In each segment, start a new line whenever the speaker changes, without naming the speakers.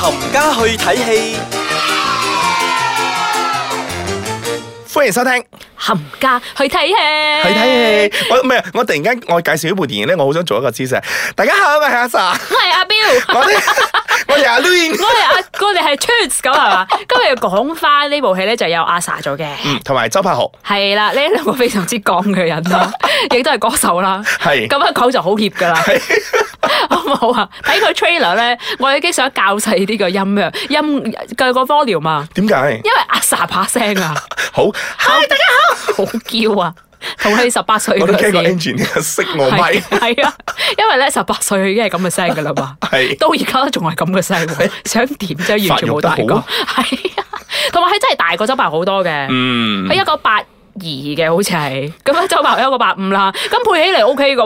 冚家去睇戲，
歡迎收聽去
冚家去睇戲，去
睇。戲。我唔係，我突然間我介紹呢部電影咧，我好想做一個姿勢。大家好，我係阿 sa，
我係阿 Bill，
我哋我係阿 Lin，
我係 阿，我哋係 Truth 咁係嘛？今日講翻呢部戲咧，就有阿 sa 做嘅，
嗯，同埋周柏豪，
係啦，呢兩個非常之講嘅人 啦，亦都係歌手啦，
係
咁樣講就好怯噶啦， 好唔好啊？睇佢 trailer 咧，我已經想較細啲個音量，音嘅個 volume 啊，
點解？
因為阿 sa 把聲 啊，
好，
好嬌啊，同佢十八歲
我都
嗰
驚個
時。
engineer 識我咪，
係係啊，因為咧十八歲佢已經係咁嘅聲噶啦嘛。
係
到而家都仲係咁嘅 細路，想點啫？完全冇大
發育得
過，
好
係啊，同埋佢真係大過周柏豪好多嘅，
嗯，
佢一九八二嘅好似係，咁啊周柏豪一個八五啦，咁配起嚟 O K 嘅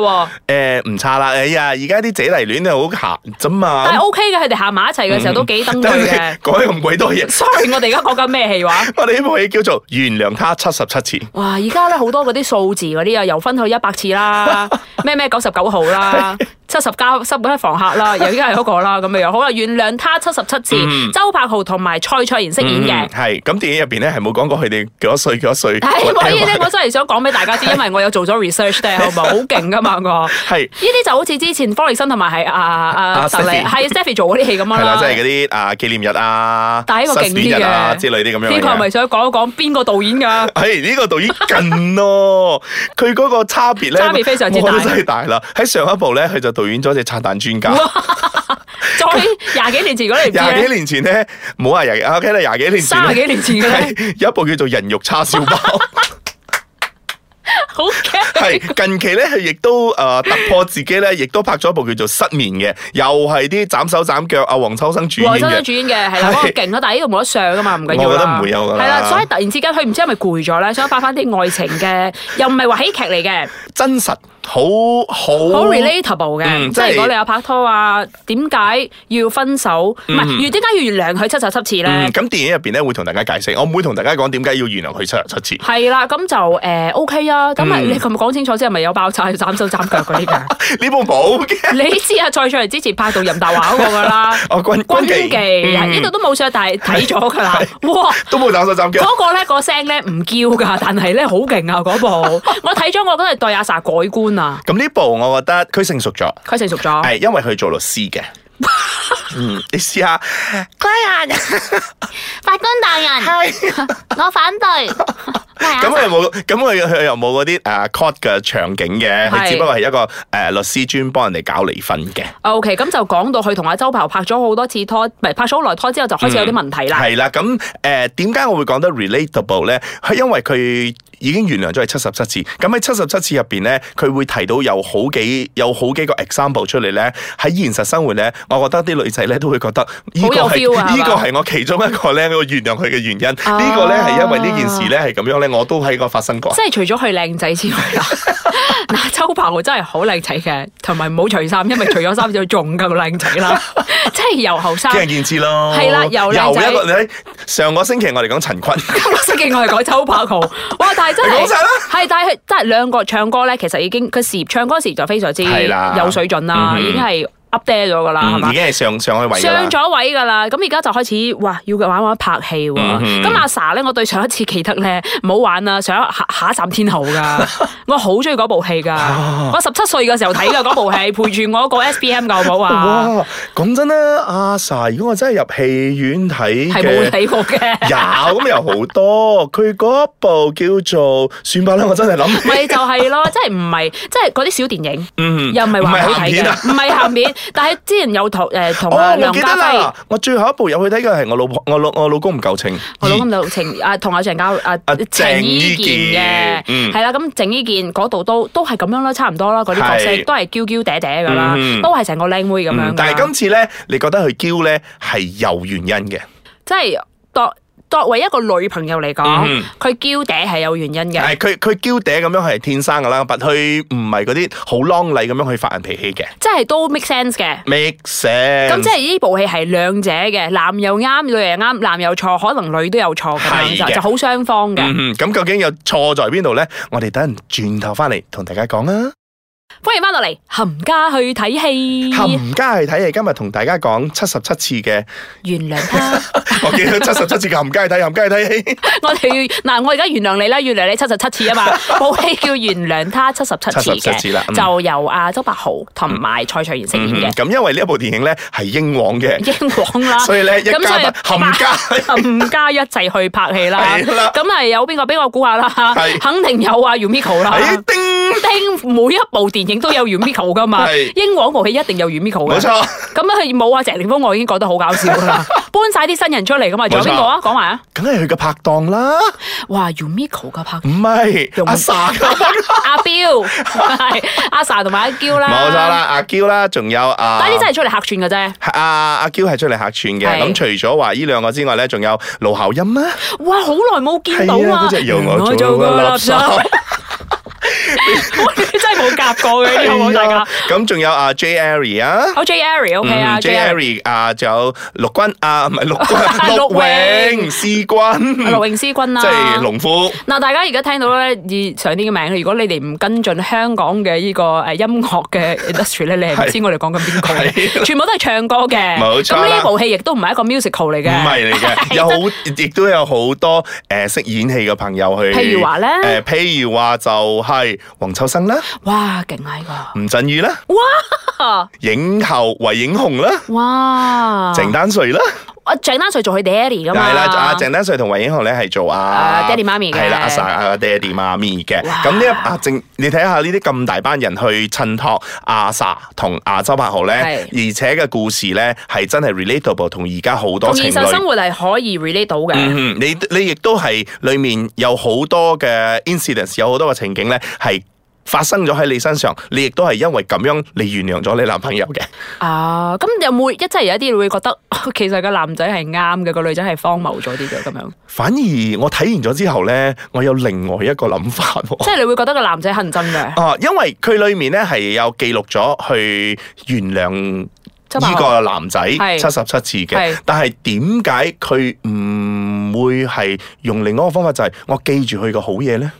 喎，
誒唔差啦。哎呀，而家啲姐弟戀都好閒啫嘛
但係。O K 嘅，佢哋行埋一齊嘅時
嗯
候都幾登對
但
嘅
係。講咗咁鬼多嘢，
Sorry，我哋而家講緊咩戲話？
我哋呢部戲叫做《原諒他七十七次》。
哇！而家咧好多嗰啲數字嗰啲啊，又分去一百 次啦，咩咩九十九號啦，七十加十一房客啦，又而家係嗰個啦咁樣樣。好啦，原諒他七十七次，周柏豪同埋蔡卓妍飾演嘅
嗯。係咁，電影入邊咧係冇講過佢哋幾多歲幾多歲。
係，所以 咧，
whatever
我真係想講俾大家知，因為我有做咗 research 咧，好唔好？好勁噶嘛，我呢
係
啲就好似之前方力申同埋係啊
啊
啊特利
Stephy
係 Stephy 做嗰啲戲咁樣
係啦，
啦
即。係嗰啲啊紀念日啊、
但係呢個勁
失戀日啊
啲嘅
之類啲咁樣嘅
呢個係咪
嘢。
想講一講邊個導 演㗎？
係呢個導演近咯， 佢嗰個差別咧，
差別非常之大
我覺得真係大啦。喺上一部咧，佢就導演咗隻拆彈專家。
再廿幾年前嗰啲你唔知
廿幾
咧，
年前咧，唔好話廿幾啊，OK 啦，廿幾年前
三十
呢，
幾 年前嘅咧，
係有一部叫做《人肉叉燒 包》，
好
係
驚。
近期咧，佢亦都誒突破自己咧，亦都拍咗一部叫做《失眠》嘅，又係啲斬手斬腳啊，黃秋生主演
黃秋生
嘅。
主演嘅係啦，嗰個
係
勁啦，但係呢個冇得上㗎嘛，唔緊要
我
啦。
覺得唔會有㗎啦
係啦，所以突然之間佢唔知係咪攰咗咧，想拍翻啲愛情嘅，又唔係話喜劇嚟嘅。
真實，好好
好 relatable 嘅，
嗯
即係
即係
如果你有拍拖啊，點解要分手？唔係，原點解要原諒佢七十七
嗯，
次咧？
咁電影入邊咧會同大家解釋，我唔會同大家講點解要原諒佢七十七次。
係啦，咁就誒 OK 啊，咁咪
嗯
你係咪講清楚先，係咪有爆炸、斬手斬腳嗰啲 㗎？
呢部冇嘅，
你知啊，蔡卓妍之前拍到任達華嗰個㗎啦，
哦軍
軍
技
技啊
嗯
呢度都冇上，但係睇咗㗎啦，哇！
都冇斬手斬腳。
嗰個咧個聲咧唔叫㗎，但係咧好勁 啊！嗰部我睇咗，我都係對阿 sa 改觀啊，
咁呢部我覺得佢成熟咗，
佢成熟咗。
係因為佢做律師 嘅。嗯，你試下，
法官大人， 我反對。
咁啊佢又冇，咁佢佢又冇嗰啲誒 court 嘅場景嘅，佢
係
只不過係一個誒、呃律師專幫人哋搞離婚嘅，
O K，咁就講到佢同阿周柏豪拍咗好多次拖，唔係拍咗好耐拖之後就開始有啲問題啦。
嗯係啦。咁誒點解我會講得 relatable 咧？係因為佢已經原諒咗佢七十七次，咁喺七十七次入邊咧，佢會提到有好幾有好幾個 example 出嚟咧。喺現實生活咧，我覺得啲女仔咧都會覺得呢個
好有
係
feel 啊係嘛
呢個係我其中一個咧我原諒佢嘅原因。呢
啊
個咧係因為呢件事咧係咁樣咧，我都喺個發生過。
即係除咗佢靚仔之外 啦，嗱，周柏豪真係好靚仔嘅，同埋唔好除衫，因為除咗衫就仲更靚仔 啦，即係由後生。
見仁見智咯，
係啦又靚仔
一個你睇上個星期我哋講陳 坤，
今日識嘅我係講周柏豪，哇！但係真
你講
係
晒啦
係，但係真係兩個唱歌咧，其實已經佢事業唱歌時就非常之
係啦
有水準啦，
嗯
已經係 update 咗噶啦，係
嗯
嘛
已？經係上上去位㗎啦
啊上咗位㗎啦，咁而家就開始哇，要佢玩玩拍戲喎。
嗯哼
咁、阿 sa 咧，我對上一次記得咧，唔好玩啦，上一下下一站天后㗎， 我好中意嗰部戲㗎，
啊
我十七歲嘅時候睇㗎嗰部戲，陪住我個 S B M 㗎，好唔好啊？
哇！講真啦，阿 sa，如果我真係入戲院睇
係冇
嘅。
睇 過嘅。
有咁有好多，佢嗰部叫做算吧啦，我真係諗唔 起，
咪就係咯，即係唔係，即係嗰啲小電影，
嗯，
又唔係話
唔
唔
係
好
鹹
睇
片啊
嘅，唔係鹹片。但係之前有同誒同阿
哦，
梁
我記得
家輝
啦，，我最後一部有去睇嘅係我老婆，我老我老公唔夠稱，嗯
我老公就情啊，同阿鄭家啊
啊鄭
鄭
伊
伊
健
健
嗯
嘅，係啦，咁鄭伊健嗰度都都係咁樣啦，差唔多啦，嗰啲角
係
色都係嬌嬌嗲嗲噶啦
嗯，
都係成個靚妹咁樣
嗯
㗎。
但係今次咧，你覺得佢嬌咧係有原因嘅，
即係作作為一個女朋友嚟
嗯
講，佢嬌嗲係哦有原因嘅，
係佢佢嬌嗲咁樣係天生噶啦，但佢唔係嗰啲好啷禮咁樣去發人脾氣嘅
即係都 make sense 嘅。
，make sense。
咁即係呢部戲係兩者嘅，男又啱，女又啱，男有錯，可能女都有錯咁
係
樣
嘅
就就好雙方嘅。
嗯哼咁究竟有錯在邊度咧？我哋等陣轉頭翻嚟同大家講啊！
歡迎翻落嚟，冚家去睇戲，
冚家去睇戲，今日同大家講七十七次嘅，
原諒他。
我 見到七十七次嘅冚家去睇，冚家去睇戲。
我哋要嗱，我而家原諒你啦，原諒你七十七次 啊嘛，部戲叫《原諒他七十七次》
77次啦
嘅，
嗯
就由阿周柏豪同埋蔡卓妍飾演嘅
咁因為呢一部電影咧係英皇嘅，
英皇啦，
嗯 所以咧一家
啊咁所以啊
八冚 家
冚家一齊去拍戲啦。
係啦
咁係有邊個俾我估下啦？
係
肯定有啊 Yumiko 啦。
哎叮，
丁每一部電影都有 Yumiko 噶嘛，
係
英皇部戲一定有 Yumiko
冇
嘅。
錯。
咁啊，冇啊，謝霆鋒我已經覺得好搞笑㗎 啦，搬晒啲新人出嚟噶嘛，仲有邊個啊？講埋啊！
梗係佢嘅拍檔啦，
哇，Yumiko 嘅拍
唔係
用
阿 sa 嘅拍檔
阿彪係阿 sa 同埋阿嬌啦，
冇錯啦，。阿嬌啦，仲有啊，
但係呢啲真係出嚟客串嘅啫。
阿阿嬌係出嚟客串嘅，
係
咁除咗話呢兩個之外咧，仲有盧巧音啦，
哇，好耐冇見到
係啊
啊！
嗰隻由我
原來
做
過
個垃圾
我哋真係冇夾過嘅，呢個冇大
係啊
家。
咁仲有阿 J Ari 啊。
好 J Ari OK à, 啊
嗯
J
J
Ari。
Ari 啊，仲有陸軍啊，唔係陸軍，
陸
陸
永
永思君，
劉泳詩君
即係
啦，
農夫。
嗱，大家而家聽到咧，以上呢個名，如果你哋唔跟進香港嘅呢個誒音樂嘅 industry 咧，你係唔知我哋講緊邊個嘅，
係
全部都係唱歌嘅。
冇錯啦
咁呢部戲亦都唔係一個 musical 嚟
唔
嘅，
係嚟嘅，有好亦都有好多誒識演戲嘅朋友去。
譬如話咧
誒譬如話就係黃秋生啦、
哇，勁啊呢
吳鎮宇啦、
個，
影后惠影紅啦、
哇，
鄭丹瑞啦，
啊鄭丹瑞做佢 daddy 噶
係
嘛，
啦，阿鄭丹瑞同惠影紅咧係做阿
啊爹哋媽咪嘅
係啦，阿 sa 阿爹哋媽咪嘅。
哇
咁呢一阿鄭，你睇下呢啲咁大班人去襯托阿 sa 同阿周柏豪咧，
係
而且嘅故事咧係真係 relatable，同而家好多
同
情
現實
侶
生。活係可以 relate 到嘅。
嗯哼，你你亦都係裏面有好多嘅 incidents，有好多嘅情景咧係。發生咗喺你身上，你亦都係因為咁樣，你原諒咗你男朋友嘅。
啊，咁有冇一即係有一啲你會覺得 其實個男仔係啱嘅，個女仔係荒謬咗啲嘅咁樣，
反而我睇完咗之後咧，我有另外一個諗法喎。
即係你會覺得個男仔恨真嘅。
啊，因為佢裏面咧係有記錄咗去原諒
周柏
呢
豪
個男仔
係
七十七次
係
嘅，但係點解佢唔會係用另外一個方法，就係、我記住佢個好嘢咧？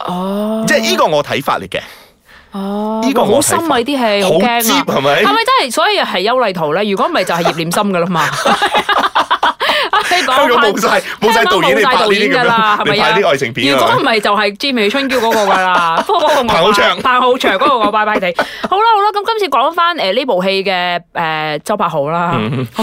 哦，
即係呢個我睇法嚟嘅，
哦，
呢個
哇好
我睇
深
法
啊！呢啲戲好
好
驚
接
啊！
係 咪？
係咪真係？所以係邱麗圖咧？如果唔係就係葉念琛噶 啦嘛。
香港
你講翻
冇晒冇晒導演
香
嚟
港冇晒
拍呢
導演
啲
㗎
咁
啦 係
樣，
咪
你
啊
拍啲愛情片
如果
啊
唔？係就係《志明與春嬌》嗰個㗎 啦，不過嗰個我
彭浩翔
彭浩翔嗰個我拜 拜地。好啦好啦，咁今次講翻誒呢部戲嘅誒周柏豪啦，好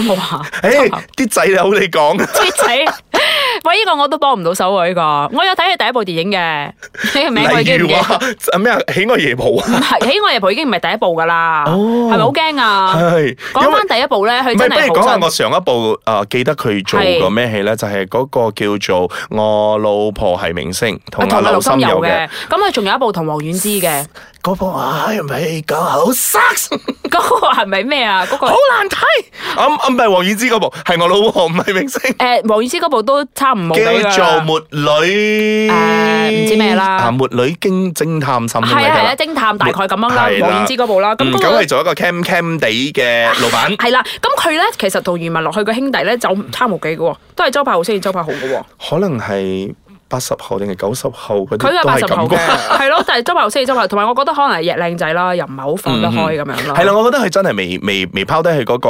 唔好啊？
誒，啲仔佬你講，
啲仔，喂，呢個我都幫唔到手喎，呢個我有睇佢第一部電影嘅，你個名我已
例
經唔
如
記得。
話啊 咩啊，喜愛夜蒲啊，
唔係，喜愛夜蒲已經唔係第一部噶啦，
哦
係咪好驚啊？
係因
講
為
翻。第一部咧，
唔
佢
係，
真
不
係
如講下
好
我
真。
上一部誒記得佢做過咩戲咧？就係嗰個叫做《我老婆係明星》同阿
阿
劉心
悠
悠嘅，
咁佢仲有一部同黃遠之 嘅，
嗰部啊，係咪講好 sex
嗰個係咪咩啊？嗰個
好難睇？ 啊唔係黃遠之嗰部，係我老婆唔係明星，
誒黃遠之嗰部都差唔冇幾
叫
㗎
做《
啦。
末女》
誒唔知咩啦
啊《末女經偵探心》
係
嚟
啊
㗎
係
啦
啊，偵探大概咁樣啦，
係啦
黃遠之嗰部啦，咁
嗯，
嗰
咁
個
佢做一個 cam cam 地嘅老闆，
係啦，咁佢咧其實同余文樂佢個兄弟咧就差無幾嘅喎，都係周柏豪飾演周柏豪嘅喎。
可能係八十後定係九十後嗰
佢
啲
係
都
八
係
十後
咁
嘅，
啩。
係咯，但係周柏豪先係周柏豪，同埋我覺得可能係日靚仔啦，又唔係好放得開咁樣啦。
係啦，我覺得佢真係未未未拋低佢嗰個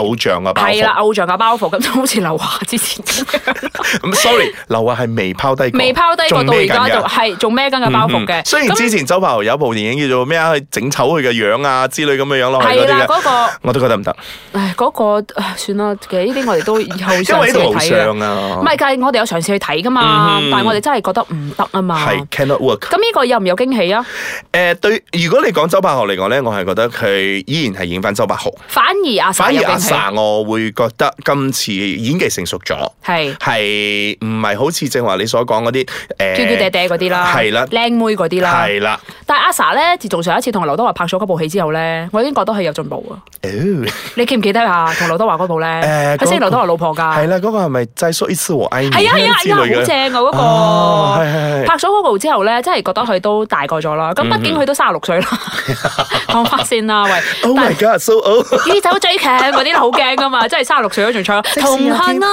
偶像嘅包
係啦，
袱。
偶像嘅包袱咁就好似劉華之 前咁樣，
咁 sorry，劉華係未拋低過，
未拋低過
仲
到而家
孭緊
就
㗎
係仲孭緊嘅包袱
嗯
嘅。
嗯雖然之
咁
前周柏豪有一部電影叫做咩啊，去整醜佢嘅樣啊之類咁嘅樣落去嗰
係
啲嘅，
啦，嗰個
我都覺得唔得，
唉嗰個唉算啦，其實呢啲我哋都以後嘗
因
試
為呢
去
度
睇
好
嘅。
上啊，
唔係，但係我哋有嘗試去睇噶嘛
嗯，哼
但係我哋真係覺得唔得啊嘛。
係 cannot work。
咁呢個有唔有驚喜啊？
誒對，如果你講周柏豪嚟講咧，我係覺得佢依然係演翻周柏豪。
反而阿 Sa
反
有
而阿
驚喜，
Sa，我會覺得今次演技成熟咗，
係
係唔係好似正話你所講嗰啲誒
嬌嬌嗲嗲嗰啲啦，
係啦
靚妹嗰啲啦。
係啦，
但係阿 sa 咧，自從上一次同劉德華拍咗嗰部戲之後咧，我已經覺得佢有進步啊！
誒
你記唔記得啊？同劉德華嗰部咧，
誒
佢識
嗰個
劉德華老婆㗎，
係啦，嗰個係咪再說一次我愛你
係啊係啊
之
係啊，
類
好
嘅？
正啊！嗰嗰
哦
個
係係係嗯
拍咗 Coco 之後咧，真係覺得佢都大個咗啦。咁畢竟佢都三十六歲啦， 講翻先啦，喂。
Oh
但
my god，so old！
宇宙最強嗰啲好驚噶嘛，真係三十六歲都 仲唱
使有
同學愛
係
生
啦，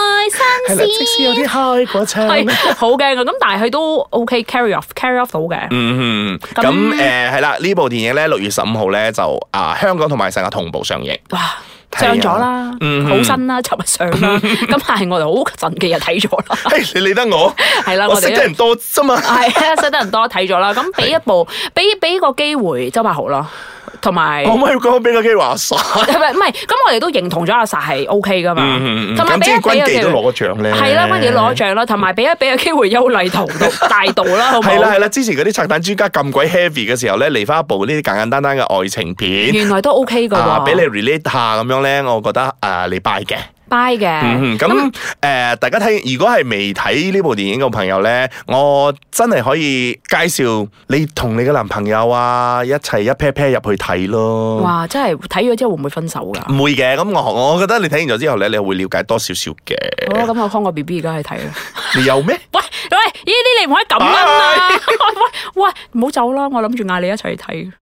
死，
即使有啲開過槍。
係好驚噶。咁但係佢都 OK carry off carry off 到嘅。
嗯，
咁
咁誒係啦，呢部電影咧六月十五號咧就啊香港同埋世界同步上 映，
哇！上咗啦，
嗯
好新啦，尋日上 啦，咁但係我哋好神奇就睇咗啦，
嘿你理得我？
係啦，
我
我
識
哋
得人多啫嘛。
係啊，識得人多睇咗啦，咁俾一部，俾俾個機會周柏豪咯，同埋
可唔可以講俾個機話晒？
係咪唔係？咁我哋都認同咗阿 sa 係 O K 噶嘛，
嗯嗯嗯
同埋
咁
俾
即
一
係軍
俾個
記
機
都
會
攞過獎咧。
係啦，乜嘢攞。獎啦，同埋俾一俾個機會邱 禮同到大道啦，好唔好？
係啦係啦，之前嗰啲拆彈專家咁鬼 heavy 嘅時候咧，嚟翻一部呢啲簡簡單單嘅愛情片
原來都 O K 噶
啊，
喎，
俾你 relate 下咁樣咧，我覺得啊你 buy 嘅。
buy 嘅，啊
嗯，咁誒、呃大家睇，如果係未睇呢部電影嘅朋友咧，我真係可以介紹你同你嘅男朋友啊，一齊一 pair pair 入去睇咯。
哇！真係睇咗之後會唔會分手㗎？
唔會嘅，咁我我覺得你睇完咗之後咧，你會了解多少少嘅。
好哦啦，咁我 call 個 B B 而家去睇啦。
你有咩？
喂 喂，呢啲你唔可以咁噶嘛！喂喂，唔好走啦，我諗住嗌你一齊睇。